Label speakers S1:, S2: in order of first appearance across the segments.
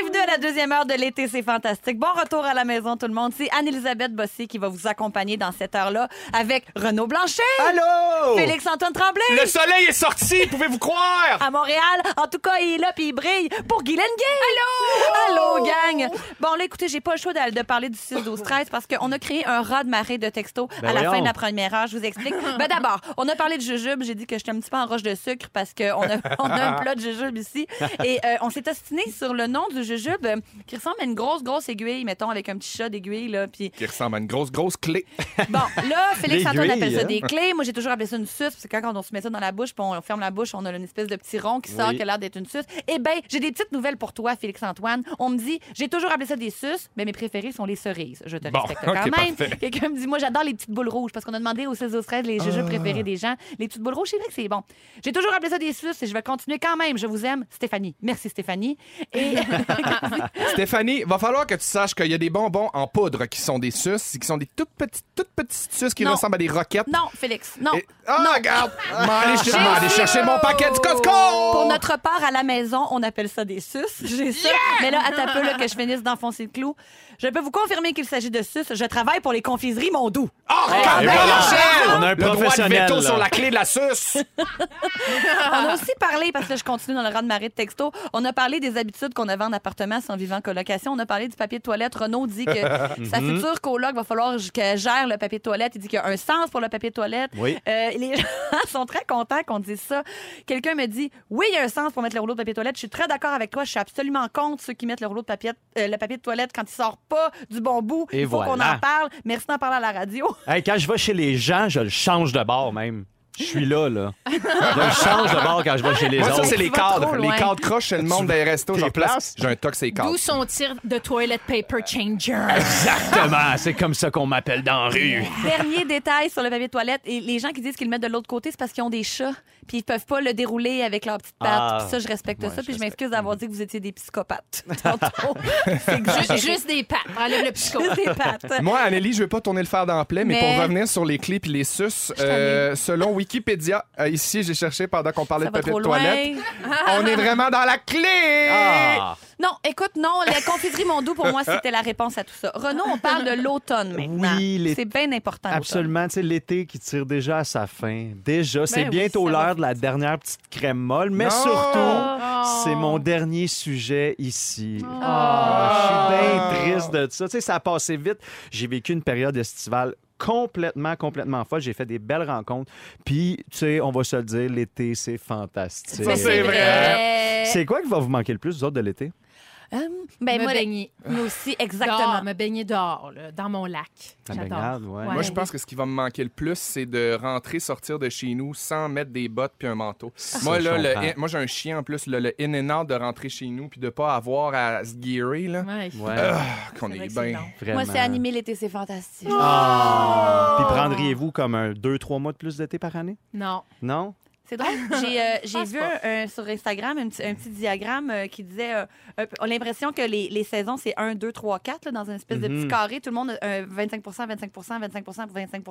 S1: Bienvenue à la deuxième heure de l'été, c'est fantastique. Bon retour à la maison, tout le monde. C'est Anne-Elisabeth Bossé qui va vous accompagner dans cette heure-là avec Renaud Blanchet.
S2: Allô?
S1: Félix-Antoine Tremblay.
S2: Le soleil est sorti, pouvez-vous croire?
S1: à Montréal. En tout cas, il est là puis il brille pour Guylaine Gay. Allô! Allô, gang! Bon, là, écoutez, j'ai pas le choix de, de parler du 6, 12, 13 parce qu'on a créé un raz de marée de textos
S2: Ben
S1: à la
S2: voyons.
S1: fin de la première heure. Je vous explique. ben, d'abord, on a parlé de jujube. J'ai dit que j'étais un petit peu en roche de sucre parce qu'on a, on a un plat de jujube ici. Et euh, on s'est ostiné sur le nom du jujube euh, qui ressemble à une grosse, grosse aiguille, mettons, avec un petit chat d'aiguille, là. Puis
S2: Qui ressemble à une grosse, grosse clé.
S1: Bon, là, Félix-Antoine
S2: L'aiguille,
S1: appelle ça
S2: hein?
S1: des clés. Moi, j'ai toujours appelé ça une suce, parce que quand on se met ça dans la bouche, puis on ferme la bouche, on a une espèce de petit rond qui sort
S2: Oui.
S1: qui a l'air d'être une suce. Eh bien, j'ai des petites nouvelles pour toi, Félix-Antoine. On me dit, j'ai toujours appelé ça des suces, mais mes préférés sont les cerises. Je te
S2: Bon,
S1: respecte quand
S2: ok,
S1: même.
S2: parfait.
S1: Quelqu'un me dit, moi, j'adore les petites boules rouges, parce qu'on a demandé aux 16 aux 13 les
S2: Ah.
S1: jeux préférés des gens. Les petites boules rouges, c'est vrai que c'est bon. J'ai toujours appelé ça des suces et je vais continuer quand même. Je vous aime, Stéphanie. Merci, Stéphanie. Et
S2: Stéphanie, va falloir que tu saches qu'il y a des bonbons en poudre qui sont des suces, qui sont des toutes petites, toutes petites suces qui
S1: Non.
S2: ressemblent à des roquettes.
S1: non, Félix, non.
S2: Et- Ah, regarde! M'en aller chez-
S1: J'ai
S2: m'en aller
S1: ça.
S2: chercher mon paquet du Costco!
S1: Pour notre part à la maison, on appelle ça des suces. J'ai ça. Mais là, à ta peu là, que je finisse d'enfoncer le clou. Je peux vous confirmer qu'il s'agit de suces. Je travaille pour les confiseries, mon doux.
S2: Oh, quand
S3: Et
S2: même,
S3: voilà.
S2: Rachel!
S3: On a un
S2: Le droit de
S3: professionnel,
S2: veto
S3: là.
S2: sur la clé de la suce!
S1: On a aussi parlé, parce que je continue dans le rang de marée de texto, on a parlé des habitudes qu'on avait en appartement si on vivait en colocation. On a parlé du papier de toilette. Renaud dit que sa
S3: Mhm.
S1: future coloc va falloir qu'elle gère le papier de toilette. Il dit qu'il y a un sens pour le papier de toilette.
S3: Oui.
S1: Euh, les gens sont très contents qu'on dise ça. Quelqu'un me dit Oui, il y a un sens pour mettre le rouleau de papier de toilette. Je suis très d'accord avec toi. Je suis absolument contre ceux qui mettent le rouleau de papier, euh, le papier de toilette quand il sort pas du bon bout.
S3: Et
S1: il faut qu'on
S3: voilà.
S1: en parle. Merci d'en parler à la radio.
S3: Hey, quand je vais chez les gens, je le change de bord même. Je suis là, là. Je le change de bord quand je vais chez les
S2: Moi, ça,
S3: autres.
S2: c'est les
S1: Tu vas trop
S2: cadres. Les
S1: loin.
S2: cadres croches, c'est le monde des restos.
S3: tes
S2: J'en
S3: places?
S2: place. J'ai un toc, c'est les cadres.
S4: D'où son tir de toilet paper changer.
S3: Exactement. C'est comme ça qu'on m'appelle dans la rue.
S1: Dernier détail sur le papier de toilette. Et les gens qui disent qu'ils le mettent de l'autre côté, c'est parce qu'ils ont des chats. Puis ils peuvent pas le dérouler avec leurs petites pattes.
S3: Ah.
S1: Puis ça, je respecte
S3: Ouais,
S1: ça.
S3: je
S1: Puis je
S3: respecte.
S1: m'excuse d'avoir dit que vous étiez des psychopathes. Tantôt. c'est que
S4: Ju-
S1: j'ai-
S4: juste des pattes. Enlève le psycho.
S1: j'ai des pattes.
S2: Moi, Anélie, je veux pas tourner le fer dans la plaie, mais,
S1: Mais-
S2: pour revenir sur les clés et les suces, euh, selon Wikipédia, euh, ici, j'ai cherché pendant qu'on parlait
S1: Ça
S2: de
S1: va
S2: papier
S1: trop
S2: de
S1: loin.
S2: toilette. On est vraiment dans la clé!
S3: Ah.
S1: Non, écoute, non, la confiserie Mondou, pour moi, c'était la réponse à tout ça. Renaud, on parle de l'automne maintenant.
S3: Oui, les-
S1: C'est bien important. l'automne.
S3: Absolument, tu sais, l'été qui tire déjà à sa fin. Déjà, c'est
S1: Ben oui,
S3: bientôt
S1: ça va
S3: l'heure de la dernière petite crème molle, mais
S2: Non!
S3: surtout,
S4: Oh.
S3: c'est mon dernier sujet ici.
S1: Oh.
S3: Ah, Je suis bien triste de ça. Tu sais, ça a passé vite. J'ai vécu une période estivale complètement, complètement folle. J'ai fait des belles rencontres. Puis, tu sais, on va se le dire, l'été, c'est fantastique.
S2: Ça, c'est vrai.
S3: C'est quoi qui va vous manquer le plus, vous autres, de l'été?
S1: Hum, ben,
S4: me
S1: moi,
S4: baigner.
S1: moi aussi,
S4: Dehors,
S1: exactement.
S4: me baigner dehors, là, dans mon lac.
S3: La
S4: J'adore.
S3: baignade, ouais.
S2: Moi, je pense que ce qui va me manquer le plus, c'est de rentrer, sortir de chez nous sans mettre des bottes puis un manteau. moi, là,
S3: je
S2: le-
S3: comprends.
S2: moi j'ai un chien en plus, le, le in and out de rentrer chez nous puis de pas avoir à se gearer, là. Ah,
S4: Ouais.
S3: Ouais,
S2: Euh. Qu'on
S4: C'est
S2: est,
S4: vrai que c'est
S2: bien.
S4: long.
S3: vraiment.
S1: Moi, c'est animé Oh! l'été, c'est fantastique.
S3: Ah! Puis prendriez-vous comme un 2-3 mois de plus d'été par année?
S4: Non.
S3: Non?
S1: C'est drôle. J'ai euh, j'ai
S4: pense
S1: vu
S4: pas.
S1: un- un- sur Instagram un petit, un petit diagramme euh, qui disait euh, un peu- on a l'impression que les, les saisons, c'est 1, 2, 3, 4 là, dans une espèce de
S3: Mhm.
S2: Mm-hmm.
S1: petit carré. Tout le monde a euh, 25 25 25 25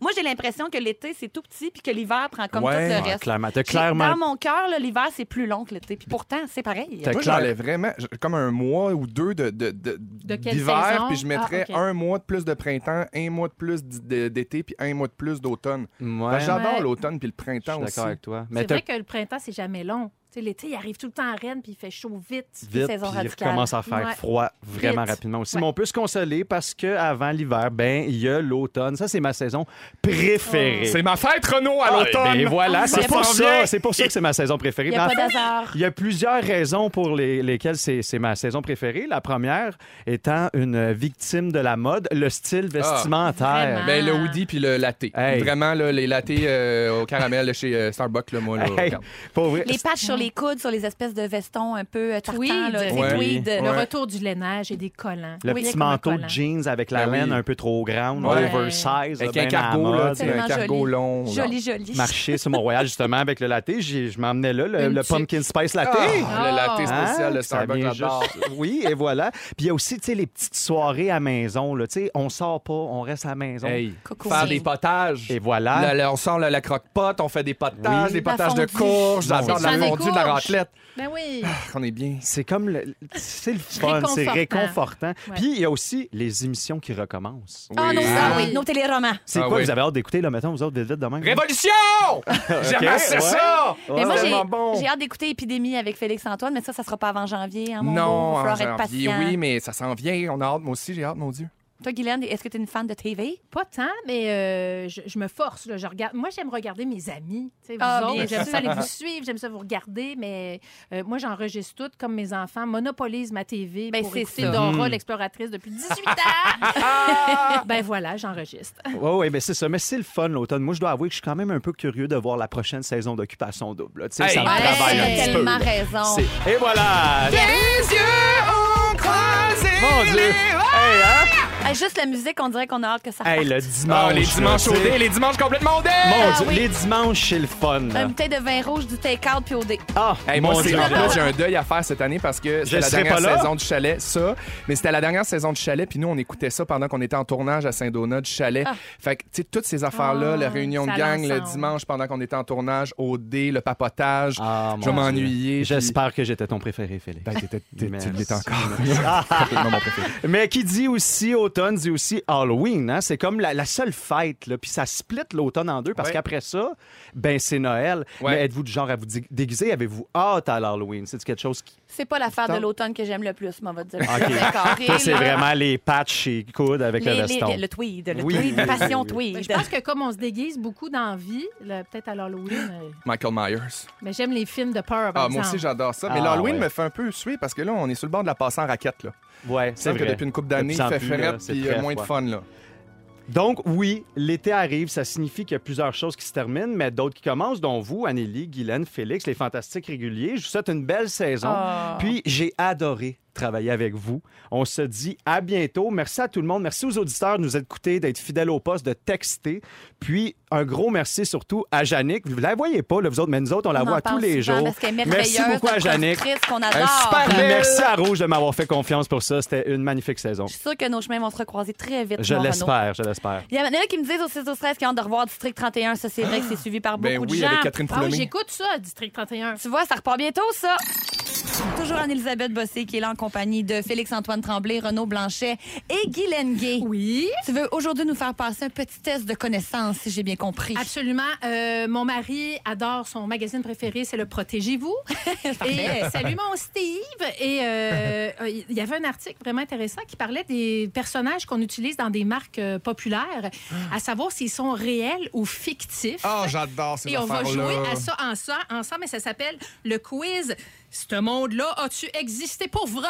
S1: Moi, j'ai l'impression que l'été, c'est tout petit puis que l'hiver prend comme
S2: Ouais.
S1: tout le
S3: Ah,
S1: reste.
S3: clairement. T'as
S1: J'ai-
S3: clairement
S1: Dans mon cœur, là, l'hiver, c'est plus long que l'été. Puis pourtant, c'est pareil.
S3: T'as-
S2: Moi,
S3: Claire-
S2: j'enlève vraiment j- comme un mois ou deux de, de, de-
S4: quelle
S2: d'hiver,
S4: saison?
S2: puis je mettrais
S4: Ah, ok.
S2: un mois de plus de printemps, un mois de plus d- de- d'été, puis un mois de plus d'automne.
S3: Ouais,
S2: Parce que J'adore
S4: Ouais.
S2: l'automne puis le
S3: je suis
S2: printemps aussi.
S3: d'accord avec toi. Mais
S4: C'est
S3: t'as-
S4: vrai que le printemps, c'est jamais long. sais, l'été, il arrive tout le temps à Rennes, puis il fait chaud vite.
S3: vite, puis
S1: Saison
S3: il
S1: radicale.
S3: commence à faire
S4: Ouais.
S3: froid vraiment
S4: Vite.
S3: rapidement aussi.
S4: Ouais.
S3: Mais on peut se consoler parce que avant l'hiver, ben il y a l'automne. Ça, c'est ma saison préférée.
S2: Oh. C'est ma fête, Renault,
S3: Ah,
S2: à l'automne. Ah,
S3: Et voilà,
S1: Ça
S3: c'est pour
S2: s'en
S3: ça,
S2: vient.
S3: c'est pour ça que c'est ma saison préférée.
S1: Il n'y a
S3: Mais
S1: pas
S3: Ben, en fait,
S1: d'hasard.
S3: il y a plusieurs raisons pour les- lesquelles c'est c'est ma saison préférée. La première étant une victime de la mode, le style
S2: Ah.
S3: vestimentaire.
S4: vraiment.
S2: Ben, le hoodie puis le latte.
S3: Hey.
S2: Vraiment, là, les lattés euh, au caramel de chez euh, Starbucks, là, moi, là,
S3: Ben, Hey,
S2: regarde.
S3: pour vrai,
S1: Les patchs sur les coudes, sur les espèces de vestons un peu euh, tartans,
S4: Tweed.
S1: là, tu sais,
S2: Ouais.
S1: tweed.
S2: Oui.
S4: Le
S2: Ouais.
S4: retour du lainage et des collants.
S3: le
S4: Oui,
S3: petit
S4: comme un
S3: manteau de
S4: collant.
S3: jeans avec la
S2: Ben oui.
S3: laine un peu trop grande,
S2: Ouais.
S3: oversize, là,
S2: Avec
S3: bien
S2: un
S3: à la
S2: cargo, là,
S3: mode.
S2: tu sais, un
S1: Tellement
S2: cargo
S1: joli.
S2: long. genre.
S1: Joli, joli.
S3: marcher sur Mont-Royal, justement, avec le latte. J'ai- Je m'emmenais là, le,
S4: Une
S3: le
S4: tuque.
S3: pumpkin spice latte.
S2: Ah,
S1: Oh.
S2: le latte spécial,
S3: Hein?
S2: le
S3: Ça
S2: Starbucks,
S3: vient
S2: j'adore.
S3: juste- Oui, et voilà. Puis il y a aussi, tu sais, les petites soirées à maison, là. Tu sais, on sort pas, on reste à la maison.
S2: Hey,
S1: Coucou.
S2: faire
S1: Oui.
S2: des potages.
S3: Et voilà.
S2: Là, là, on sort là, la croque-pote, on fait des potages,
S3: Oui.
S2: des
S1: La
S2: potages de
S1: fondue.
S2: courge,
S3: Mon
S2: j'adore de la
S4: Dieu.
S2: fondue, de la
S4: Courge.
S2: raclette.
S4: Ben oui.
S2: On est bien.
S3: C'est comme le. C'est le fun,
S4: Réconfortant.
S3: c'est réconfortant.
S4: Ouais.
S3: Puis il y a aussi les émissions qui recommencent.
S1: Ah non, ça,
S2: Ah.
S1: oui. Nos téléromans.
S3: C'est
S2: Ah
S3: quoi
S2: oui.
S3: vous avez hâte d'écouter, là, mettons, vous autres, vite, vite, demain?
S2: Révolution! J'aime assez
S3: ouais.
S2: ça!
S1: Mais moi,
S2: c'est
S1: j'ai
S2: tellement bon.
S1: j'ai hâte d'écouter Épidémie avec Félix-Antoine, mais ça, ça sera pas avant janvier. Hein, mon beau.
S2: Non,
S1: Il va
S2: en
S1: falloir être
S2: janvier,
S1: patient.
S2: oui, mais ça s'en vient. On a hâte, moi aussi, j'ai hâte, mon Dieu.
S1: Toi, Guylaine, est-ce que tu es une fan de TV?
S4: Pas tant, mais euh, je, je me force. Là, je regarde. Moi, j'aime regarder mes amis. tu sais, Vous
S1: Ah,
S4: autres,
S1: bien
S4: j'aime
S1: sûr.
S4: ça aller vous suivre, j'aime ça vous regarder, mais euh, moi, j'enregistre tout comme mes enfants, monopolise ma TV
S1: Ben,
S4: pour
S1: c'est
S4: écouter
S1: ça.
S4: Dora, l'exploratrice, depuis 18
S3: Ah,
S1: Ah,
S4: ans. ben voilà, j'enregistre.
S3: Oui, oui, mais c'est ça. Mais c'est le fun, l'automne. Moi, je dois avouer que je suis quand même un peu curieux de voir la prochaine saison d'Occupation Double. là. Tu sais,
S2: Hey,
S3: ça me
S2: ouais,
S3: travaille un
S1: Hey,
S3: petit
S1: t'as
S3: peu,
S1: tellement
S3: là.
S1: raison.
S3: C'est- Et voilà!
S2: Les yeux ont croisé
S3: Mon Dieu!
S2: les-
S3: Hey, hein?
S1: Hey, juste la musique, on dirait qu'on a hâte que ça
S3: Hey,
S1: reparte.
S3: le dimanche.
S2: Ah, les dimanches
S3: là,
S2: au
S3: tu sais.
S2: dé, les dimanches complètement au dé!
S3: Mon
S1: Ah
S3: Dieu,
S1: oui.
S3: les dimanches, c'est le fun. là.
S1: Une bouteille de vin rouge, du take-out puis au dé.
S3: Ah,
S2: Hey, moi,
S3: mon
S2: c'est-
S3: Dieu.
S2: en plus, j'ai un deuil à faire cette année parce que
S3: Je
S2: c'était la
S3: serai
S2: dernière
S3: pas là.
S2: saison du chalet, ça. Mais c'était la dernière saison du chalet, puis nous, on écoutait ça pendant qu'on était en tournage à Saint-Donat du chalet. Fait que, tu sais, toutes ces affaires-là,
S4: Ah,
S2: la réunion de
S4: ça
S2: gang le
S4: l'ensemble.
S2: dimanche pendant qu'on était en tournage, au dé, le papotage.
S3: Ah,
S2: je vais
S3: mon Dieu.
S2: m'ennuyer.
S3: J'espère que j'étais ton préféré, Félix.
S2: puis- Ben, t'étais- t'étais-
S3: Mais-
S2: tu l'étais encore.
S3: Ah.
S2: Complètement mon préféré.
S3: Mais qui dit aussi automne dit aussi Halloween. Hein? C'est comme la, la seule fête. Là. Puis ça split l'automne en deux parce
S2: Ouais.
S3: qu'après ça, ben c'est Noël.
S2: Ouais.
S3: Mais êtes-vous du genre à vous dé- déguiser? Avez-vous hâte à l'Halloween? C'est quelque chose qui.
S1: C'est pas l'affaire de
S2: Attends.
S1: l'automne que j'aime le plus, moi, on va te dire.
S3: OK.
S1: Le vin carré,
S3: Toi, c'est
S1: là.
S3: vraiment les patchs et coudes avec
S1: Les-
S3: le
S1: les-
S3: veston.
S1: le tweed, le
S3: Oui,
S1: tweed,
S3: oui,
S1: passion
S3: oui, oui.
S4: Ben, je
S1: tweed.
S4: pense que comme on se déguise beaucoup dans la vie, là, peut-être à l'Halloween, euh,
S2: Michael Myers.
S4: mais j'aime les films de peur, par
S2: Ah, moi
S4: exemple.
S2: aussi, j'adore ça. Mais
S3: Ah,
S2: l'Halloween
S3: ouais.
S2: me fait un peu suer parce que là, on est sur le bord de la passe en raquette. Là.
S3: Ouais,
S2: C'est
S3: c'est
S2: vrai que
S3: vrai.
S2: depuis une couple d'années,
S3: De
S2: il
S3: plus en
S2: fait
S3: plus, là,
S2: frais
S3: c'est
S2: puis il y
S3: très
S2: a moins de
S3: froid.
S2: fun. Là.
S3: Donc, oui, l'été arrive. Ça signifie qu'il y a plusieurs choses qui se terminent, mais d'autres qui commencent, dont vous, Anélie, Guylaine, Félix, les fantastiques réguliers. Je vous souhaite une belle saison.
S1: Ah.
S3: Puis, j'ai adoré travailler avec vous. On se dit à bientôt. Merci à tout le monde. Merci aux auditeurs de nous écouter, d'être fidèles au poste, de texter. Puis, un gros merci surtout à Jannick. Vous la voyez pas, là, vous autres, mais nous autres, on la
S1: en
S3: voit tous
S1: parle
S3: les
S1: souvent
S3: jours.
S1: Parce qu'elle est
S3: merci
S1: merveilleuse,
S3: beaucoup à
S1: notre
S3: Jannick.
S1: productrice qu'on
S2: Un super
S1: adore.
S2: belle.
S3: Merci à Rouge de m'avoir fait confiance pour ça. C'était une magnifique saison.
S1: Je suis sûre que nos chemins vont se recroiser très vite.
S3: Je
S1: mon Renaud.
S3: l'espère, je l'espère.
S1: Il y en a qui me disent au 6 au 13 qu'ils ont hâte de revoir District 31. Ça, c'est vrai que c'est suivi par
S2: Ben
S1: beaucoup de
S2: oui,
S1: gens.
S2: avec Catherine
S4: Ah oui,
S2: Foulomé.
S4: j'écoute ça, District 31.
S1: Tu vois, ça repart bientôt, ça. Toujours Anne-Elisabeth Bossé qui est là en compagnie de Félix-Antoine Tremblay, Renaud Blanchet et Guylaine Gay.
S4: Oui.
S1: Tu veux aujourd'hui nous faire passer un petit test de connaissance, si j'ai bien compris.
S4: Absolument. Euh, mon mari adore son magazine préféré, c'est le Protégez-vous. et
S1: Parfait.
S4: euh, salut mon Steve. Et euh, euh, il y avait un article vraiment intéressant qui parlait des personnages qu'on utilise dans des marques euh, populaires, à savoir s'ils sont réels ou fictifs.
S2: Ah, j'adore ces
S4: Et on va
S2: affaires-là.
S4: jouer à ça ensemble, ensemble et ça s'appelle le quiz. Ce monde-là, as-tu existé pour vrai?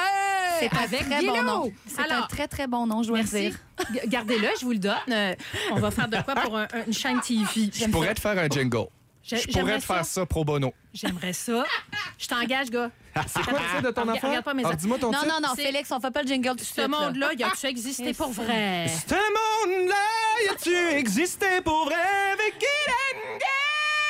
S1: C'est un
S4: Avec
S1: très bon
S4: Guillaume.
S1: nom. C'est un
S4: Alors,
S1: très, très bon nom, je dois le
S4: Merci.
S1: dire.
S4: G- Gardez-le, je vous le donne. Euh, on va faire de quoi pour un- un- une chaîne TV?
S2: Je pourrais te faire un jingle.
S4: J'ai-
S2: Je pourrais
S4: j'aimerais
S2: te faire Euh, ça Ah, pro bono.
S4: J'aimerais ça. Je t'engage, gars.
S2: Ah, C'est quoi ça de ton
S4: Regarde-
S2: affaire?
S4: regarde pas mes
S2: Ah,
S4: affaires.
S2: Dis-moi ton
S1: Non,
S2: titre.
S1: non, non,
S4: C'est-
S1: Félix, on fait pas le jingle tout de suite.
S4: Ce
S1: là.
S4: monde-là, il a-tu existé pour vrai?
S2: Ce monde-là, tu existais pour vrai avec Guylaine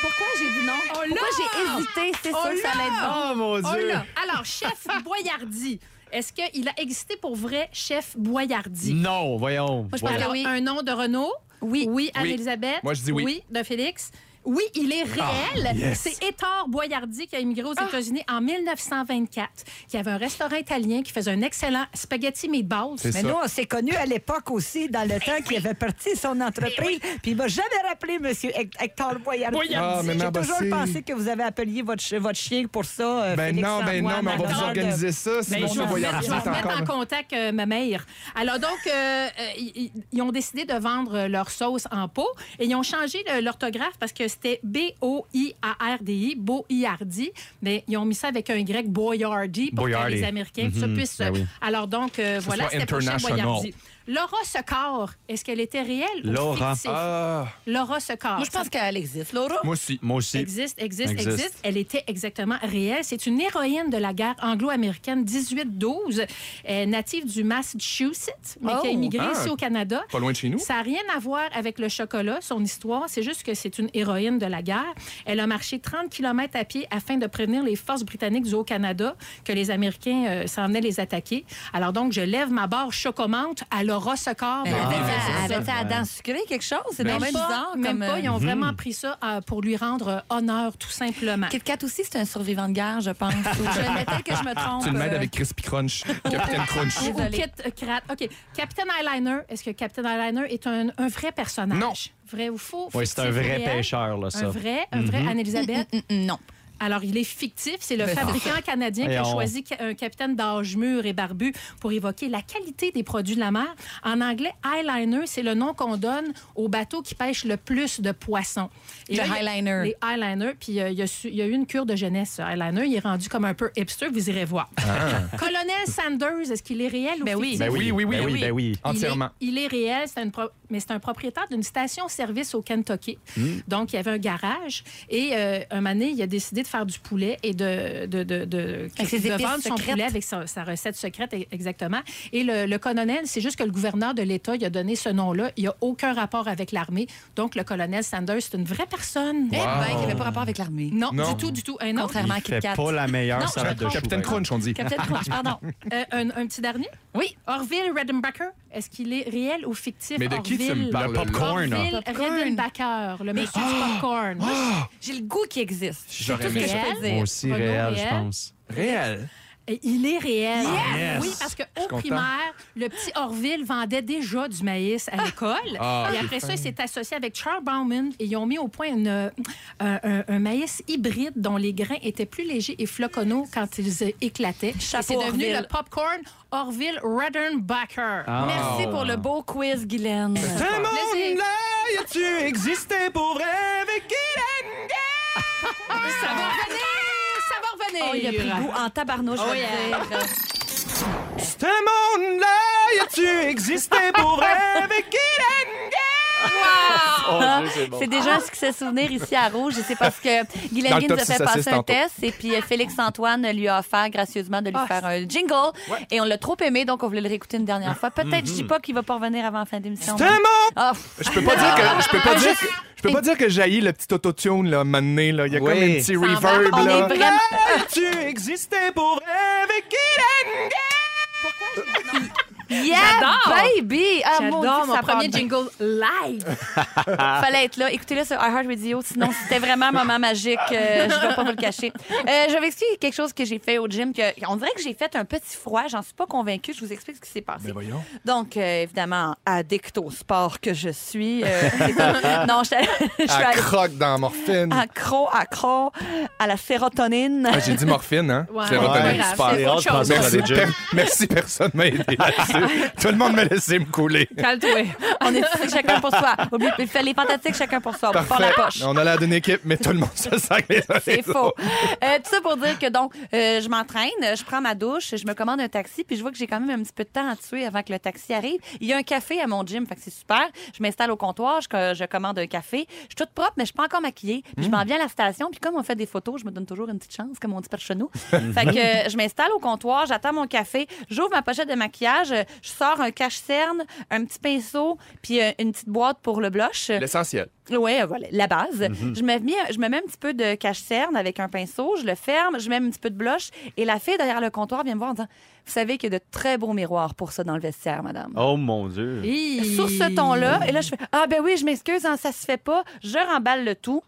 S1: Pourquoi j'ai dit non? Pourquoi j'ai hésité? C'est
S4: Oh
S1: sûr que ça allait être bon.
S3: Oh mon
S4: On
S3: Dieu!
S4: l'a. Alors, chef Boyardi, est-ce qu'il a existé pour vrai, chef
S2: Mm.
S4: Boyardi?
S3: Non, voyons.
S1: Moi, je pense que
S4: Alors,
S1: oui.
S4: un nom de Renaud?
S1: Oui.
S4: Oui, Anne-Elisabeth?
S2: Moi, je dis oui. Ah,
S4: Oui, de Félix? Oui, il est réel. C'est Ettore Boyardi qui a immigré aux États-Unis en 1924. Il y avait un restaurant italien qui faisait un excellent spaghetti meatballs.
S2: C'est
S5: Mais
S2: ça.
S5: nous, on s'est connus à l'époque aussi, dans le
S6: Ben
S5: temps qu'il avait parti son entreprise. Puis il m'a jamais rappelé M. Hector Boyardi.
S2: Ah, mais
S5: J'ai
S2: ma
S5: toujours
S2: bossée.
S5: pensé que vous avez appelé votre, chi- votre chien pour ça. euh,
S2: Ben
S5: Félix
S2: non, ben non,
S5: Antoine,
S2: mais on va vous
S5: Madame.
S2: organiser ça si
S5: Mais
S2: M.
S5: je vais vous
S2: Boyardi
S4: Ben, Je vais
S2: est
S4: remettre en
S2: encore.
S4: contact euh, ma mère. Alors donc, euh, euh, ils- ils- ils ont décidé de vendre euh, leur sauce en pot et ils ont changé le- l'orthographe parce que c'était B-O-I-A-R-D-I, Boyardi, mais ils ont mis ça avec un Y, Boyardi, pour que
S3: Boyardi.
S4: les Américains ça puisse...
S3: Ben oui.
S4: Alors donc, euh, voilà,
S2: soit
S4: c'était pour chez
S2: international.
S4: Boyardi. Laura Secor, est-ce qu'elle était réelle ou
S3: Laura.
S4: fictive?
S2: Ah,
S4: Laura Secor.
S1: Moi, je pense qu'elle existe, Laura.
S2: moi aussi.
S3: Moi aussi.
S4: Existe, existe,
S3: Existe.
S4: existe, Elle était exactement réelle. C'est une héroïne de la guerre anglo-américaine 1812, euh, native du Massachusetts, mais qui a
S1: Oh.
S4: immigré
S2: Ah.
S4: ici au Canada.
S2: Pas loin de chez nous.
S4: Ça n'a rien à voir avec le chocolat, son histoire. C'est juste que c'est une héroïne de la guerre. Elle a marché 30 km à pied afin de prévenir les forces britanniques du Haut-Canada que les Américains euh, s'en venaient les attaquer. Alors donc, je lève ma barre chocomante à Laura Secor.
S1: Elle
S4: Bon,
S1: avait
S2: ben, c'est ça.
S1: elle avait à dents sucrées, quelque chose. C'est
S2: Ben, Hmm.
S1: bien
S4: même pas,
S1: bizarre.
S4: même
S1: comme,
S4: pas.
S1: euh,
S4: Ils ont vraiment pris ça euh, pour lui rendre euh, honneur, tout simplement.
S1: euh, Kit Kat aussi, c'est un survivant de guerre, je pense. Ou je l'admettais que je me trompe.
S2: Tu le mêles
S1: euh,
S2: avec Crispy Crunch, Captain Crunch.
S4: Ou- ou
S1: Désolée.
S4: Kit euh, Krat. OK. Captain Eyeliner, est-ce que Captain Eyeliner est un, un vrai personnage?
S2: Non.
S4: Vrai ou faux?
S3: Oui, c'est un
S4: Fictif,
S3: vrai
S4: réel?
S3: pêcheur, là, ça. Mhm.
S4: Un vrai, un vrai Anne-Elisabeth.
S1: Mm, mm, Non.
S4: Alors, il est fictif. C'est le fabricant canadien qui a
S3: Voyons.
S4: choisi ca- un capitaine d'âge mûr et barbu pour évoquer la qualité des produits de la mer. En anglais, eyeliner, c'est le nom qu'on donne aux bateaux qui pêchent le plus de poissons. Et
S1: Le
S4: là, il y a-
S1: eyeliner.
S4: Les eyeliners. Puis, euh, il, y a su- il y a eu une cure de jeunesse, ce eyeliner. Il est rendu comme un peu hipster. Vous irez voir. Colonel Sanders, est-ce qu'il est réel
S1: Ben
S4: ou
S1: oui.
S4: fictif?
S2: Ben oui, oui, oui.
S3: Ben oui, ben oui.
S2: Entièrement.
S4: Il est, il est réel, c'est une pro- mais c'est un propriétaire d'une station-service au Kentucky.
S2: Hmm.
S4: Donc, il y avait un garage et euh, un moment donné, il a décidé de faire du poulet et de, de, de, de,
S1: Avec ses
S4: de
S1: épices
S4: vendre son
S1: secrètes.
S4: poulet avec sa, sa recette secrète, e- exactement. Et le, le colonel, c'est juste que le gouverneur de l'État, il a donné ce nom-là. Il n'y a aucun rapport avec l'armée. Donc, le colonel Sanders, c'est une vraie personne.
S1: Eh bien, il n'y avait pas rapport avec l'armée.
S4: Non,
S2: Non.
S4: du tout, du tout. Un autre.
S1: Contrairement à
S3: Il
S1: Kit
S3: fait
S1: Kat.
S3: pas la meilleure
S4: Non,
S3: salade
S4: je
S3: de
S4: me
S3: chou.
S4: trompe.
S2: Captain
S3: par
S2: Crunch, on dit.
S4: Captain Crunch, pardon. Euh, un, un petit dernier? Oui. Orville Redenbacher, est-ce qu'il est réel ou fictif?
S2: Mais de qui tu
S4: Orville-
S2: me parles?
S3: Le popcorn.
S2: là?
S4: Orville
S1: Popcorn.
S4: Redenbacher, le monsieur du popcorn.
S1: J'ai le goût qui existe. C'est
S2: J'aurais
S1: tout ce que
S2: aimé
S1: je
S4: ça.
S1: peux
S3: exemple. Moi
S1: dire.
S3: aussi,
S4: Renaud
S3: réel, je
S4: réel.
S3: pense. Ah,
S2: Réel.
S4: Et Il est réel. Ah
S3: Yes!
S4: Oui, parce qu'au
S2: content.
S4: primaire, le petit Orville vendait déjà du maïs à l'école.
S2: Ah,
S4: et
S2: c'est
S4: après ça,
S2: fin.
S4: il s'est associé avec Charles Bauman et ils ont mis au point une, euh, un, un maïs hybride dont les grains étaient plus légers et floconnants quand ils euh, éclataient. Et
S1: Chapeau,
S4: C'est devenu
S1: Orville.
S4: le popcorn Orville Redenbacher.
S3: Ah.
S1: Merci pour le beau quiz, Guylaine.
S3: Vraiment,
S4: Plaisir.
S3: là, tu existais pour rêver Guylaine
S4: Ça va revenir! Ça va revenir!
S1: Oh, il a pris goût en tabarnouche, je veux
S4: yeah.
S1: dire.
S3: Ce monde-là, tu existais pour rêver Guylaine Oh, Dieu, c'est bon.
S1: C'est déjà un succès souvenir ici à Rouge. Et c'est parce que
S2: Dans
S1: Guylaine
S2: le
S1: Guy
S2: top
S1: nous a fait
S2: 6 à 6
S1: passer un
S2: tantôt.
S1: test et puis euh, Félix-Antoine lui a offert gracieusement
S4: Ah,
S1: de lui faire un jingle. Et on l'a trop aimé, donc on voulait le réécouter une dernière fois. Peut-être, je dis pas qu'il va pas revenir avant la fin d'émission.
S3: Ce monde
S1: Ah, pff,
S2: Mhm. Je peux pas dire que je peux
S1: Ah.
S2: pas dire que je peux pas dire que j'haïs le petit autotune là mané là, il y a
S3: Oui.
S2: comme un petit
S1: va.
S2: reverb
S1: On
S2: là.
S1: est vraiment-
S3: tu existais pour rêver Guylaine
S1: yeah, baby! Ah, mon, Dieu,
S4: J'adore mon
S1: ça part
S4: premier
S1: bien.
S4: jingle live.
S1: Fallait être là. Écoutez-le sur iHeartRadio, sinon c'était vraiment un moment magique. euh, je vais pas vous le cacher. Euh, je vais expliquer quelque chose que j'ai fait au gym. Que, on dirait que j'ai fait un petit froid. J'en suis pas convaincue. Je vous explique ce qui s'est passé.
S2: voyons.
S1: Donc, euh, évidemment, addict au sport que je suis. euh, c'est ça. non, je, je suis
S2: Elle
S1: allée- Ah.
S2: croque dans la morphine.
S1: accro, accro à la sérotonine.
S2: Ah, J'ai dit morphine hein.
S4: Ouais.
S2: C'est
S3: Ah,
S2: reconnu
S4: Ouais.
S2: du
S4: C'est
S2: sport.
S4: autre chose.
S2: Merci, per- merci, personne m'a aidé là-dessus. Tout le monde m'a laissé me couler.
S4: Calme-toi.
S1: On est ici, chacun pour soi. Oublie, fais les fantastiques, chacun pour soi. On part la poche.
S2: On a l'air d'une équipe, mais tout le monde se sac les uns
S1: C'est
S2: les
S1: faux.
S2: autres.
S1: Euh, tout ça pour dire que donc, euh, je m'entraîne, je prends ma douche, je me commande un taxi, puis je vois que j'ai quand même un petit peu de temps à tuer avant que le taxi arrive. Il y a un café à mon gym, fait que c'est super. Je m'installe au comptoir, je, co- je commande un café. Je suis toute propre, mais je suis pas encore maquillée. Puis je m'en viens à la station, puis comme on fait des photos, je me donne toujours une petite chance, comme on dit par chez nous. fait que euh, je m'installe au comptoir, j'attends mon café, j'ouvre ma pochette de maquillage, euh, je sors un cache-cerne, un petit pinceau, puis euh, une petite boîte pour le blush.
S2: L'essentiel.
S1: Oui, euh, voilà, la base. je, me mets, je me mets un petit peu de cache-cerne avec un pinceau, je le ferme, je mets un petit peu de blush. Et la fille derrière le comptoir vient me voir en disant Vous savez qu'il y a de très beaux miroirs pour ça dans le vestiaire, madame.
S3: Oh mon Dieu.
S1: Sur ce ton-là, et là, je fais Ah, ben oui, je m'excuse, hein, ça se fait pas. Je remballe le tout.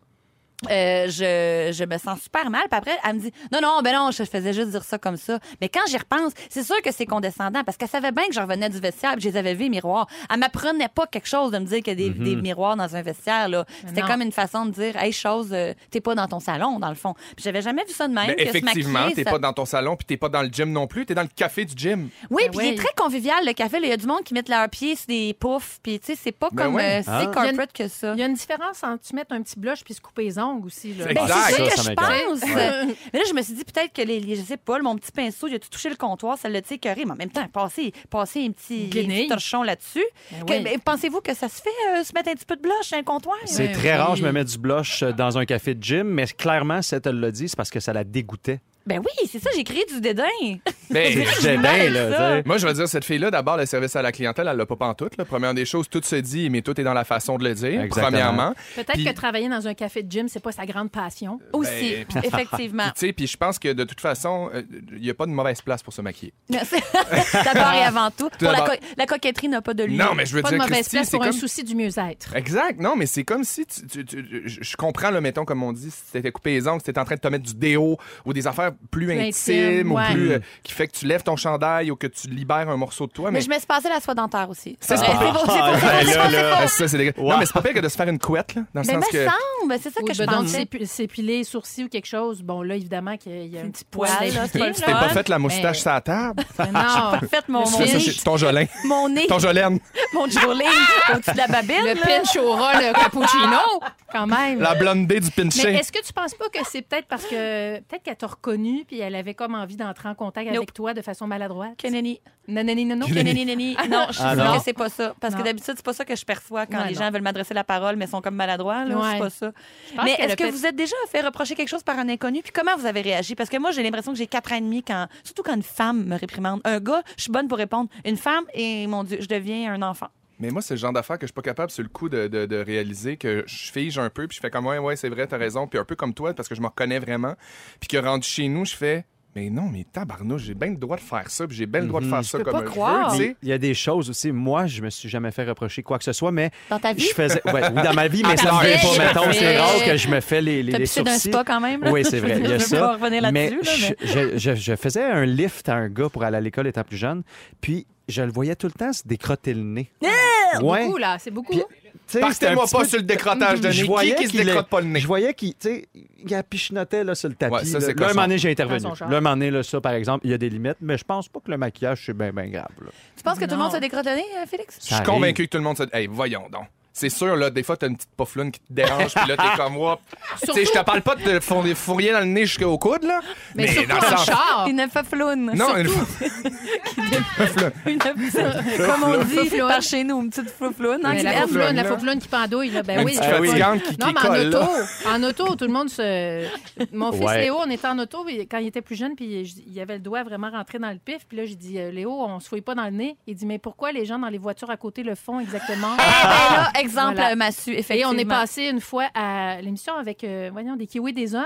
S1: euh, je, je me sens super mal. Puis après, elle me dit Non, non, ben non, je faisais juste dire ça comme ça. Mais quand j'y repense, c'est sûr que c'est condescendant parce qu'elle savait bien que je revenais du vestiaire puis je les avais vus, les miroirs. Elle m'apprenait pas quelque chose de me dire qu'il y a des, des miroirs dans un vestiaire. là. C'était
S4: non.
S1: comme une façon de dire Hey, chose, euh, t'es pas dans ton salon, dans le fond. Puis j'avais jamais vu ça de même.
S2: Mais
S1: Hein, que se
S2: effectivement,
S1: maquiller,
S2: t'es
S1: ça-
S2: pas dans ton salon, puis t'es pas dans le gym non plus, t'es dans le café du gym.
S1: Oui,
S4: Ben
S1: puis il est
S4: oui.
S1: très convivial, le café. là. Il y a du monde qui met leurs pieds sur des poufs. Puis, tu sais, c'est pas
S2: Ben
S1: comme
S2: oui.
S1: euh,
S3: Ah.
S1: si corporate que ça.
S4: Il y a une différence entre tu mettre un petit blush puis se couper les ongles aussi. Là.
S2: C'est
S1: Ben,
S2: Exact.
S1: c'est ça,
S3: Ça,
S1: que
S3: ça
S1: je
S3: m'intéresse.
S1: pense. Mais là, je me suis dit peut-être que les, les- je sais pas, mon petit pinceau, il a tout touché le comptoir, ça l'a écœuré. Mais en même temps, passer, passer un petit, un
S4: Guenille.
S1: petit torchon là-dessus.
S4: Ben
S1: Que-
S4: oui.
S1: mais Pensez-vous que ça se fait euh, se mettre un petit peu de blush sur un comptoir?
S3: C'est
S4: Oui,
S3: très rare,
S4: oui.
S3: je me mets du blush euh, dans un café de gym, mais clairement, si elle l'a dit, c'est parce que ça la dégoûtait.
S1: Ben oui, c'est ça, j'ai créé du dédain.
S2: Mais
S3: J'étais bien, là.
S1: ça.
S3: tu sais.
S2: moi, je veux dire, cette fille-là, d'abord, le service à la clientèle, elle l'a pas pantoute. Là. Première des choses, tout se dit, mais tout est dans la façon de le dire,
S3: Exactement.
S2: premièrement.
S4: Peut-être
S2: Puis-
S4: que travailler dans un café de gym, c'est pas sa grande passion.
S2: Euh, Ben,
S1: Aussi, effectivement.
S2: Tu sais, puis je pense que de toute façon, il n'y a pas de mauvaise place pour se maquier.
S1: Merci. D'abord et avant tout, pour la,
S2: d'abord.
S1: co- la coquetterie n'a pas de lieu.
S2: Non, mais je veux
S4: Pas
S2: dire,
S4: de mauvaise
S2: Christy,
S4: place
S2: c'est
S4: pour un
S2: comme-
S4: souci du mieux-être.
S2: Exact. Non, mais c'est comme si tu, tu- tu- je je comprends, là, mettons, comme on dit, si t'étais coupé les ongles, si t'étais en train de te mettre du déo ou des affaires plus
S4: Plus
S2: intimes
S4: intimes,
S2: ou
S4: ouais.
S2: plus euh, qui fait que tu lèves ton chandail ou que tu libères un morceau de toi.
S1: Mais
S2: Mais,
S1: je me suis passé la soie dentaire aussi.
S2: Ça, c'est
S1: Ouais,
S2: pas pire.
S1: c'est faux, c'est faux, c'est faux,
S3: Ah,
S1: c'est faux,
S3: là, là.
S1: c'est faux.
S2: Ah, ça, c'est dégueu-
S3: Wow.
S2: Non, mais c'est pas pire que de se faire une couette, là, dans le
S1: Mais
S2: sens
S1: Ben, me
S2: que.
S1: semble, c'est ça que
S4: Ou
S1: je
S4: ben, donc,
S1: pensais.
S4: s'épi- s'épiler les sourcils ou quelque chose. Bon, là, évidemment, qu'il y a un petit poil.
S1: poil, là, c'est pas le
S2: Tu
S4: impliqué,
S2: t'es
S4: là.
S2: pas fait la moustache sur la table?
S4: Mais Non,
S1: Faites mon, mon
S2: Tu fais ça
S1: nez,
S2: chez- ton Jolin.
S1: mon nez,
S2: Ton Jolaine.
S1: mon jourling au-dessus de la babine.
S4: le
S1: là.
S4: pinch au ras, le cappuccino, quand même.
S2: La blondée du
S4: Mais
S2: pinching.
S4: est-ce que tu penses pas que c'est peut-être parce que peut-être qu'elle t'a reconnu puis elle avait comme envie d'entrer en contact
S1: Nope.
S4: avec toi de façon maladroite?
S1: Que nenni.
S4: Non, non, non, non, non.
S1: Que nenni, nenni. Non, je suis
S3: Ah,
S1: sûre
S3: non.
S1: que c'est pas ça. Parce que
S4: Non.
S1: d'habitude, c'est pas ça que je perçois quand
S4: Ouais,
S1: les
S4: non.
S1: gens veulent m'adresser la parole, mais sont comme maladroits. là.
S4: Ouais.
S1: C'est pas ça.
S4: pense
S1: Mais
S4: qu'elle
S1: est-ce
S4: a
S1: que
S4: fait-
S1: vous êtes déjà fait reprocher quelque chose par un inconnu? Puis comment vous avez réagi? Parce que moi, j'ai l'impression que j'ai quatre ans et demi, quand, surtout quand une femme me réprimande. Un gars, je suis bonne pour répondre. Une femme, et mon Dieu, je deviens un enfant.
S2: Mais moi, c'est le genre d'affaire que je suis pas capable sur le coup de, de- de réaliser que je fige un peu, puis je fais comme ouais, ouais, c'est vrai, t'as raison, puis un peu comme toi, parce que je me reconnais vraiment, puis que rendu chez nous, je fais. Mais non, mais tabarnouche, j'ai bien le droit de faire ça, puis j'ai bien le droit de
S3: Mhm.
S2: faire ça
S1: peux
S2: comme
S1: pas
S2: je
S1: croire.
S2: veux, tu sais.
S3: Il y a des choses aussi. Moi, je me suis jamais fait reprocher quoi que ce soit, mais
S1: Dans ta vie?
S3: je faisais. ouais, oui, dans ma vie, mais
S1: Ah,
S3: ça m'arrive
S1: parfait,
S3: pas. Mettons, c'est
S1: parfait.
S3: rare que je me fais les, les,
S1: T'as
S3: les
S1: pissé d'un
S3: sourcils.
S1: spa quand même? là?
S3: Oui, c'est vrai. Il y
S1: je veux
S3: a ça.
S1: pas revenir
S3: mais
S1: là-dessus. là,
S3: je,
S1: mais-
S3: je- je- je faisais un lift à un gars pour aller à l'école étant plus jeune, puis je le voyais tout le temps se décrotter le nez.
S1: Eh,
S3: Ouais.
S4: Ah, Beaucoup, là, c'est beaucoup.
S3: Puis- Tu sais, c'était un
S2: Partez-moi
S3: petit
S2: pas
S3: peu- Mhm.
S2: sur le décrottage de
S3: Je
S2: nez.
S3: voyais
S2: Qui qui se
S3: qu'il
S2: décrotte
S3: est-
S2: pas le nez?
S3: Je voyais qu'il, tu sais, il apichinottait là, sur le tapis.
S2: Ouais, ça,
S3: là.
S2: c'est
S3: Là, un
S2: cochon.
S3: moment donné, j'ai intervenu.
S4: Dans son genre.
S3: Là, un moment donné, là, ça, par exemple, il y a des limites, mais je pense pas que le maquillage, c'est bien, bien grave. là.
S1: Tu penses que tout le monde
S4: Non.
S1: se décrotonné, euh, Félix?
S2: Je suis
S3: arrive.
S2: convaincu que tout le monde se dit, hey, voyons donc. C'est sûr, là, des fois, t'as une petite poufloune qui te dérange, puis là, t'es comme, moi. Tu sais, je te parle pas de four- des fourriers dans le nez jusqu'au coude, là.
S4: Mais, surtout
S2: dans le
S4: en
S2: sens-
S4: char.
S1: Ah. Une fafloune.
S2: Non, une-
S1: Une Comme on dit par chez nous, une petite floufloune. hein,
S4: Mais
S1: qui
S4: la
S1: aime.
S4: faufloune, la
S2: là.
S4: faufloune qui pendouille, là, ben
S2: Une
S4: oui.
S2: petite
S4: c'est
S2: fatigante
S4: pas-
S2: qui-
S4: Non,
S2: qui
S4: mais
S2: colle,
S4: en
S2: là.
S4: auto, en auto, tout le monde se... Mon fils
S3: Ouais.
S4: Léo, on était en auto et quand il était plus jeune, puis je- il avait le doigt vraiment rentré dans le pif. Puis là, j'ai dit, euh, Léo, on se fouille pas dans le nez. Il dit, mais pourquoi les gens dans les voitures à côté le font exactement?
S1: Eh ben là, exemple,
S4: Voilà.
S1: euh, massue,
S4: Et
S1: effectivement.
S4: on est passé une fois à l'émission avec, euh, voyons, des kiwis des hommes.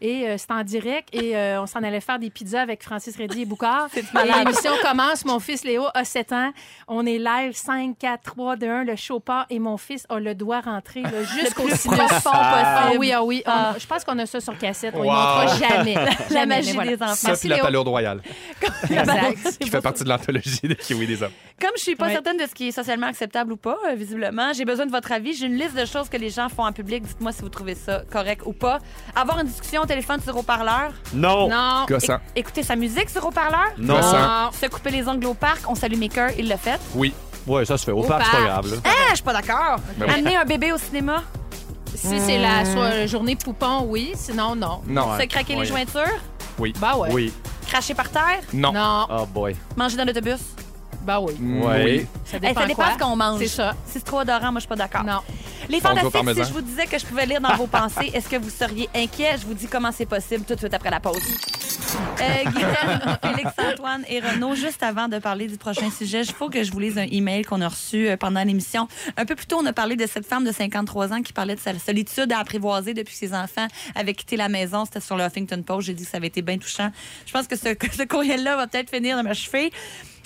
S4: Et euh, c'était en direct. Et euh, on s'en allait faire des pizzas avec Francis Reddy et Boucard. Et l'émission commence. Mon fils Léo a 7 ans. On est live 5, 4, 3, 2, 1. Le show part. Et mon fils a le doigt rentré là, jusqu'au
S1: plus
S4: sinus.
S1: profond possible.
S4: Ah oui, ah oui. On- je pense qu'on a ça sur cassette. On ne montrera jamais.
S1: La
S4: Jamais,
S1: magie
S4: mais voilà.
S1: des enfants.
S2: ça, puis la palourde royale,
S4: Exact.
S2: qui fait partie de l'anthologie de Kiwi des hommes.
S1: Comme je suis pas
S4: Ouais.
S1: certaine de ce qui est socialement acceptable ou pas, euh, visiblement, j'ai besoin de votre avis. J'ai une liste de choses que les gens font en public. Dites-moi si vous trouvez ça correct ou pas. Avoir une discussion au téléphone sur haut-parleur.
S3: Non!
S4: Non.
S2: Gossant.
S1: Éc- Écouter sa musique sur haut-parleur. Ah.
S3: Non.
S4: Non.
S1: Se couper les ongles au parc. On salue Maker, il l'a fait.
S2: Oui.
S3: Ouais, ça se fait. Au,
S4: Au
S3: parc, c'est pas
S4: parc.
S3: grave. Là.
S1: Ah, je suis pas d'accord.
S2: Ben oui.
S1: Amener un bébé au cinéma.
S4: Si c'est la so- journée poupon, oui. Sinon, non.
S2: Non.
S1: Se craquer les
S3: Oui.
S1: jointures.
S2: Oui.
S4: Bah ouais.
S3: Oui.
S1: Cracher par terre.
S2: Non.
S4: Non.
S3: Oh boy.
S1: Manger dans l'autobus.
S4: Bah oui.
S3: Ouais.
S2: Oui.
S4: Ça
S1: Hey,
S4: dépend,
S1: Eh, ça dépend
S4: quoi.
S1: ce qu'on mange. Ah.
S4: C'est ça.
S1: Si c'est trop odorant, moi, je suis pas d'accord.
S4: Non.
S1: Les
S2: Fondue au
S1: fantastiques,
S2: parmesan.
S1: si je vous disais que je pouvais lire dans vos pensées, est-ce que vous seriez inquiet? Je vous dis comment c'est possible tout de suite après la pause. Euh, Guylaine, Félix-Antoine et Renaud, juste avant de parler du prochain sujet, il faut que je vous lise un email qu'on a reçu euh, pendant l'émission. Un peu plus tôt, on a parlé de cette femme de 53 ans qui parlait de sa solitude à apprivoiser depuis que ses enfants avaient quitté la maison. C'était sur le Huffington Post. J'ai dit que ça avait été bien touchant. Je pense que ce, que ce courriel-là va peut-être finir dans ma cheville.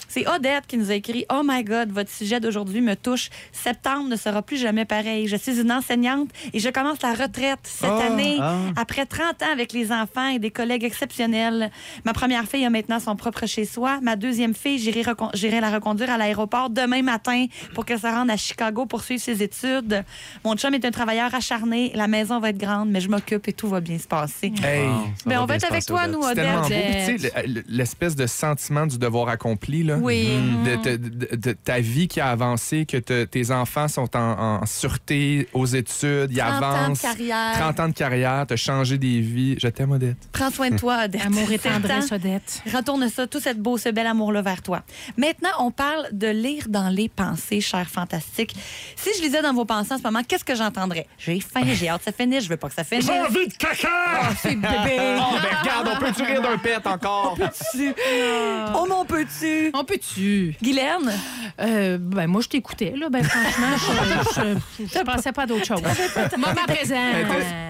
S1: C'est Odette qui nous a écrit Oh my God, votre sujet d'aujourd'hui me touche. Septembre ne sera plus jamais pareil. Je suis une enseignante et je commence la retraite cette
S2: Ah,
S1: année après 30 ans avec les enfants et des collègues exceptionnels. Ma première fille a maintenant son propre chez-soi. Ma deuxième fille, j'irai recon- j'irai la reconduire à l'aéroport demain matin pour qu'elle se rende à Chicago pour suivre ses études. Mon chum est un travailleur acharné. La maison va être grande, mais je m'occupe et tout va bien se passer.
S2: Hey.
S1: Ben, on va être avec toi, nous,
S2: C'est
S1: Odette.
S2: tellement beau. Puis, Tu sais, le- l'espèce de sentiment du devoir accompli, là.
S1: Oui.
S2: De, te- de- de ta vie qui a avancé, que te- tes enfants sont en, en sûreté aux études, ils
S1: 30 ans de
S2: avancent.
S1: carrière.
S2: 30 ans de carrière, t'as changé des vies. Je t'aime, Odette.
S1: Prends soin de toi, Odette.
S4: Amour et
S1: C'est le
S4: tendresse,
S1: temps.
S4: Odette.
S1: Retourne ça, tout cette beau, ce bel amour-là vers toi. Maintenant, on parle de lire dans les pensées, cher fantastique. Si je lisais dans vos pensées en ce moment, qu'est-ce que j'entendrais? J'ai faim, j'ai hâte que ça finisse, je veux pas que ça finisse. Ah,
S2: envie de caca!
S5: C'est bébé.
S2: Oh, ben regarde, on peut-tu rire d'un pet encore? Ah.
S1: Oh mon petit!
S4: On peut-tu?
S1: Guylaine,
S4: Euh, ben, moi, je t'écoutais, là. Ben, franchement, je, je, je- je pensais pas d'autre chose. Moment ben, présent.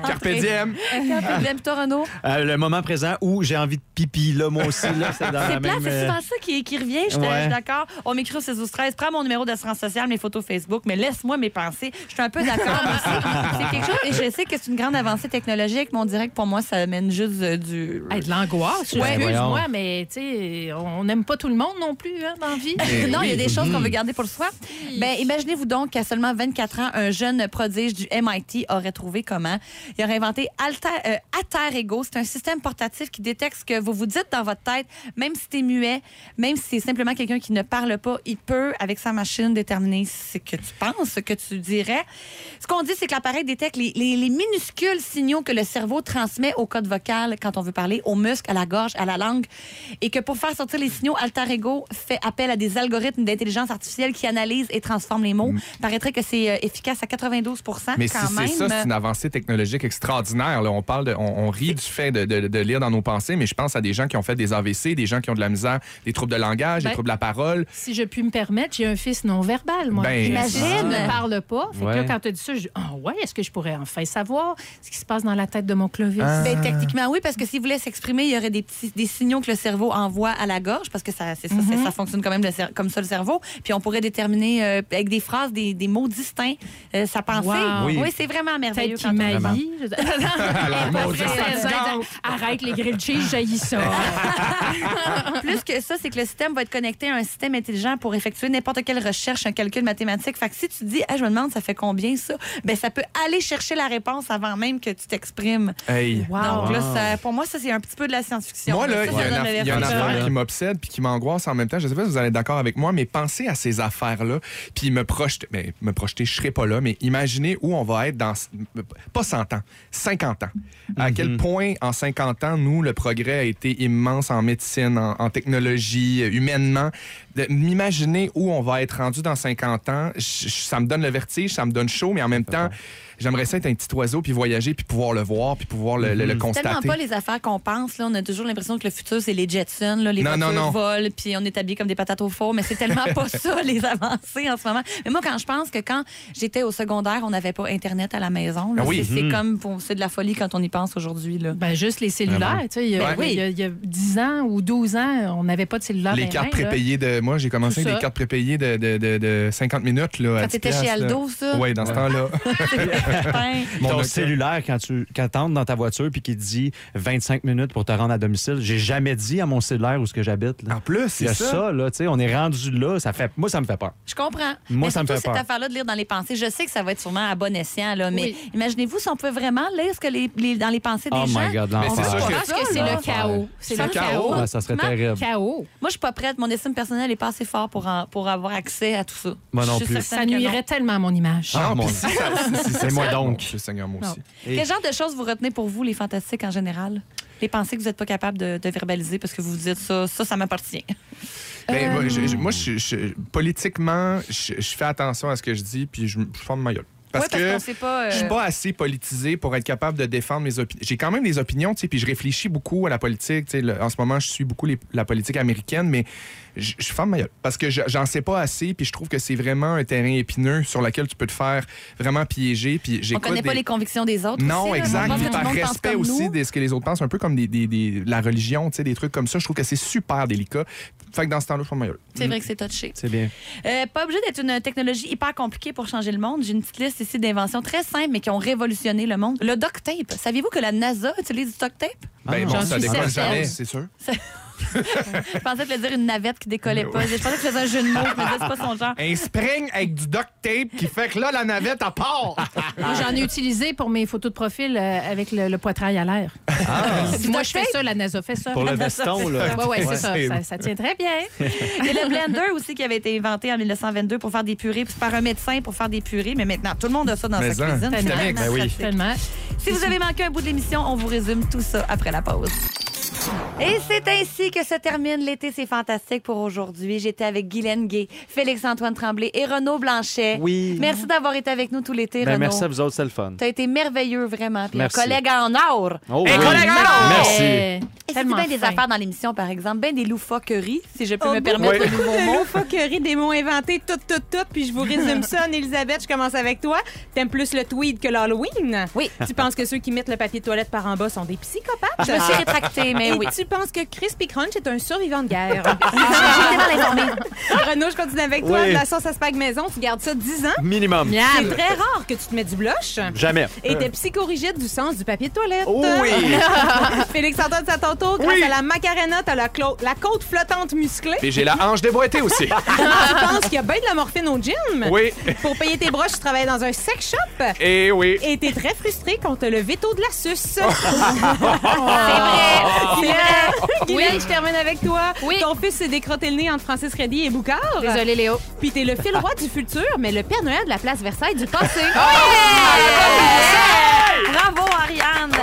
S2: Carpe diem.
S1: Guylaine, toi, Renaud.
S3: Euh, le moment présent où j'ai envie de pipi, là, moi aussi, là, c'est dans la
S1: C'est plat,
S3: même...
S1: c'est
S3: euh,
S1: souvent ça qui, qui revient, je suis
S3: ouais.
S1: je suis d'accord. On m'écrit au 16 12 13 prends mon numéro d'assurance sociale, mes photos Facebook, mais laisse-moi mes pensées. Je suis un peu d'accord moi aussi. C'est quelque chose, et je sais que c'est une grande avancée technologique, mais on dirait que pour moi, ça mène juste euh, du...
S4: Hey, ben, de l'angoisse,
S3: Ouais,
S4: excuse-moi,
S3: voyons.
S4: mais tu sais, on n'aime pas tout le monde non plus hein, dans la vie.
S1: non, il y a des choses qu'on veut garder pour soi. Ben, imaginez-vous donc qu'à seulement 24 ans, un jeune prodige du MIT aurait trouvé comment. Il aurait inventé Alter, euh, Alter Ego. C'est un système portatif qui détecte ce que vous vous dites dans votre tête. Même si t'es muet, même si c'est simplement quelqu'un qui ne parle pas, il peut, avec sa machine, déterminer ce que tu penses, ce que tu dirais. Ce qu'on dit, c'est que l'appareil détecte les, les- les minuscules signaux que le cerveau transmet au code vocal quand on veut parler, aux muscles, à la gorge, à la langue. Et que pour faire sortir les signaux, Alter Ego fait appel à des algorithmes d'intelligence artificielle qui analysent et transforment les mots. Paraîtrait que c'est euh, efficace à 92
S2: Mm. Mais
S1: quand
S2: si
S1: même.
S2: c'est ça, c'est une avancée technologique extraordinaire. là. On parle, de- on, on rit du fait de, de- de lire dans nos pensées, mais je pense à des gens qui ont fait des AVC, des gens qui ont de la misère, des troubles de langage,
S4: Ben,
S2: des troubles de la parole.
S4: Si je puis me permettre, j'ai un fils non-verbal, moi.
S2: Ben,
S4: Imagine!
S1: c'est ça.
S4: Il ne parle pas. Fait que là,
S3: Ouais.
S4: quand tu dis ça, je dis Ah ouais, est-ce que je pourrais enfin savoir ce qui se passe dans la tête de mon Clovis?
S2: Ah.
S1: Ben, techniquement, oui, parce que s'il voulait s'exprimer, il y aurait des, petits, des signaux que le cerveau envoie à la gorge, parce que ça, c'est ça, c'est-
S2: Mm-hmm.
S1: ça fonctionne quand même le cer- comme ça, le cerveau. Puis on pourrait déterminer euh, avec des phrases, des, des mots distincts, euh, sa pensée.
S4: Wow.
S1: Oui,
S3: Oui.
S1: c'est vraiment merveilleux.
S4: Peut-être qu'il
S1: quand on-
S4: maillit. Arrête les grilled cheese, jaillit ça.
S1: Plus que ça, c'est que le système va être connecté à un système intelligent pour effectuer n'importe quelle recherche, un calcul mathématique. Fait que si tu dis, ah, je me demande, ça fait combien ça? Ben, ça peut aller chercher la réponse avant même que tu t'exprimes.
S2: Hey.
S4: Wow.
S1: Donc là, ça- pour moi, ça, c'est un petit peu de la science-fiction.
S2: Moi, là,
S1: Ça,
S2: il y
S1: ça
S2: a une
S1: donne le
S2: aff- il y a une
S1: vertige.
S3: vertige.
S2: affaire qui m'obsède puis qui m'angoisse en même temps. Je sais pas si vous allez être d'accord avec moi, mais pensez à ces affaires-là, puis me projeter, mais me projeter, je serai pas là, mais imaginez où on va être dans, c- pas 100 ans, 50 ans. À quel point, en 50 ans, nous, le progrès a été immense en médecine, en, en technologie, euh, humainement. De M'imaginer où on va être rendu dans 50 ans, je- je- ça me donne le vertige, ça me donne chaud, mais en même temps, j'aimerais ça être un petit oiseau, puis voyager, puis pouvoir le voir, puis pouvoir le, le- le
S1: tellement
S2: constater.
S1: pas les affaires qu'on pense. Là. On a toujours l'impression que le futur, c'est les Jetsons, là, les
S2: Non,
S1: voitures
S2: non, non.
S1: volent, puis on est habillés comme des patates au four, mais c'est tellement pas ça, les avancées en ce moment. Mais moi, quand je pense que quand j'étais au secondaire, on n'avait pas Internet à la maison. là.
S2: Ah oui.
S1: C'est- C'est comme pour- c'est de la folie quand on y pense aujourd'hui. là.
S4: Ben, juste les cellulaires. Tu sais, il, y
S2: Ben
S4: a,
S1: oui.
S4: il y a- il y a 10 ans ou 12 ans, on n'avait pas de
S1: Ah,
S4: cellulaire.
S2: Les
S4: ben,
S2: cartes
S4: ben, là.
S2: prépayées de. Moi, j'ai commencé
S4: Tout
S2: avec
S4: ça.
S2: des cartes prépayées de, de, de, de 50 minutes. Là,
S1: Quand t'étais chez Aldo, ça?
S2: Oui, dans ce temps-là.
S1: Ben,
S2: Mon
S3: ton
S2: docteur.
S3: cellulaire quand tu quand t'entres dans ta voiture puis qui dit 25 minutes pour te rendre à domicile, j'ai jamais dit à mon cellulaire où ce que j'habite. là.
S2: En plus,
S3: Il y
S2: c'est
S3: a
S2: ça.
S3: ça là, tu sais, on est rendu là, ça fait moi ça me fait peur.
S1: Je comprends.
S3: Moi,
S1: Mais
S3: ça me
S1: surtout
S3: fait peur.
S1: cette affaire-là de lire dans les pensées, je sais que ça va être sûrement à bon escient, là, mais
S4: Oui.
S1: imaginez-vous si on pouvait vraiment lire ce que les, les- dans les pensées des
S3: Oh
S1: gens.
S3: my god,
S2: Mais c'est
S3: l'enfer.
S2: ça
S4: Je
S2: que-
S4: pense que c'est le chaos. C'est le
S2: C'est
S4: chaos.
S3: Ouais, Ah, ça serait terrible.
S4: Chaos.
S1: Moi, je suis pas prête. Mon estime personnelle est pas assez forte pour, en- pour avoir accès à tout ça.
S3: Moi non
S1: Je suis
S3: plus.
S1: certaine
S4: Ça
S1: que non.
S4: nuirait tellement à mon image.
S3: Ah, mon-
S2: C'est
S3: moi donc.
S2: Le Seigneur, moi aussi.
S3: Et-
S1: Quel genre de choses vous retenez pour vous, les fantastiques en général? Les pensées que vous n'êtes pas capable de, de verbaliser parce que vous vous dites ça, ça, ça m'appartient.
S2: Ben,
S3: Euh.
S2: moi, je- je- moi, je- je- politiquement, je, je fais attention à ce que je dis, puis je, je forme ma gueule. Parce
S1: Ouais, parce
S2: que
S1: qu'on sait pas, euh,
S2: je suis pas assez politisé pour être capable de défendre mes opinions. J'ai quand même des opinions, tu sais, puis je réfléchis beaucoup à la politique. tu sais, le- en ce moment, je suis beaucoup les- la politique américaine, mais je je ferme ma gueule. Parce que je- j'en sais pas assez, puis je trouve que c'est vraiment un terrain épineux sur lequel tu peux te faire vraiment piéger. Puis
S1: On
S2: j'écoute
S1: connaît pas
S2: des-
S1: les convictions des autres. aussi,
S2: non,
S1: là.
S2: exact.
S1: Je pense
S2: Puis
S1: que tout le
S2: par
S1: monde pense
S2: respect
S1: comme
S2: aussi
S1: nous.
S2: de ce que les autres pensent, un peu comme des, des- des- la religion, tu sais, des trucs comme ça. Je trouve que c'est super délicat. Fait que dans ce temps-là, je ferme ma gueule.
S1: C'est vrai que c'est touché.
S3: C'est bien.
S1: Euh, pas obligé d'être une technologie hyper compliquée pour changer le monde. J'ai une petite liste ici d'inventions très simples, mais qui ont révolutionné le monde. Le duct tape. Saviez-vous que la NASA utilise du duct tape?
S2: Ben bon,
S4: j'en
S2: ça
S4: suis
S1: certaine.
S2: décolle jamais, c'est sûr.
S1: Je pensais te le dire une navette qui décollait pas. Je pensais que je faisais un jeu de mots. Je me disais, c'est pas son genre.
S2: Un spring avec du duct tape qui fait que là, la navette, elle part.
S4: Moi, j'en ai utilisé pour mes photos de profil euh, avec le, le poitrail à l'air. Si moi, je fais ça, la NASA fait ça.
S3: Pour le veston, là.
S4: Oui, oui, c'est ça, ça. ça tient très bien.
S1: Il y a le blender aussi qui avait été inventé en 1922 pour faire des purées, puis par un médecin pour faire des purées. Mais maintenant, tout le monde a ça dans
S2: Mais
S1: sa
S2: en,
S1: cuisine.
S4: c'est
S1: vraiment
S2: avec, ben
S1: pratique.
S4: Tellement.
S1: Si vous avez manqué un bout de l'émission, on vous résume tout ça après la pause. Et c'est ainsi que se termine l'été, c'est fantastique pour aujourd'hui. J'étais avec Guylaine Gay, Félix-Antoine Tremblay et Renaud Blanchet.
S3: Oui.
S1: Merci d'avoir été avec nous tout l'été,
S3: Ben,
S1: Renaud.
S3: merci à vous autres, c'est le fun.
S1: T'as été merveilleux, vraiment. Puis un
S3: Merci.
S1: collègue en or.
S3: Oh,
S2: Hey,
S3: oui.
S2: collègue, alors!
S3: Merci.
S4: Euh,
S1: Et c'est
S4: tellement
S1: bien des
S4: fin.
S1: affaires dans l'émission, par exemple. Bien des loufoqueries, si je peux
S6: Oh,
S1: me
S6: beaucoup,
S1: permettre de
S6: beaucoup
S1: nouveaux
S6: de
S1: mots.
S6: loufoqueries, des mots inventés, tout, tout, tout. Puis je vous résume ça, Anne-Elisabeth, je commence avec toi. T'aimes plus le tweed que l'Halloween?
S1: Oui.
S6: Tu penses que ceux qui mettent le papier de toilette par en bas sont des psychopathes?
S1: Je me suis rétractée, mais
S6: Et
S1: oui.
S6: tu penses que Crispy Crunch est un survivant de guerre?
S1: J'étais mal informée.
S6: Renaud, je continue avec toi.
S3: Oui.
S6: De la sauce à spag maison, tu gardes ça 10 ans.
S3: Minimum.
S6: C'est très rare que tu te mets du blush.
S3: Jamais.
S6: Et t'es psychorigide du sens du papier de toilette.
S3: Oh oui.
S6: Félix-Antoine, c'est à ton tour. Grâce à la macarena, t'as la, clo- la côte flottante musclée.
S2: Et j'ai la hanche déboîtée aussi.
S3: Ah.
S6: Je pense qu'il y a bien de la morphine au gym.
S2: Oui.
S6: Pour payer tes broches, tu travailles dans un sex shop.
S2: Et oui.
S6: Et t'es très frustré contre le veto de la suce.
S1: C'est vrai.
S6: Guylaine, je termine avec toi.
S4: Oui.
S6: Ton fils s'est décrotté le nez entre Francis Reddy et Boucard.
S4: Désolé, Léo.
S6: Puis t'es le fil roi du futur, mais le Père Noël de la place Versailles du passé.
S1: Bravo, Ariane.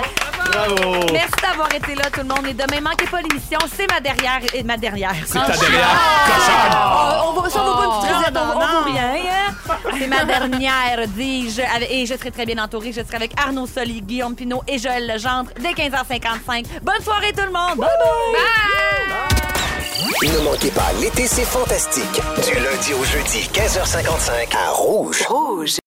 S3: Bravo.
S1: Merci d'avoir été là, tout le monde. Et demain, manquez pas l'émission. C'est ma derrière. Et ma derrière. C'est
S2: Ta derrière, cochonne.
S1: on va, si on va pas une petite
S6: Oh,
S1: recette, on,
S6: non,
S1: on
S6: non.
S1: vous rien. hein? C'est ma dernière, dis-je. avec- Et je serai très bien entourée. Je serai avec Arnaud Soli, Guillaume Pinot et Joël Legendre dès 15h55. Bonne soirée, tout le monde. Bye bye.
S7: Ne manquez pas, l'été c'est fantastique. Du lundi au jeudi, 15h55 à Rouge. Rouge.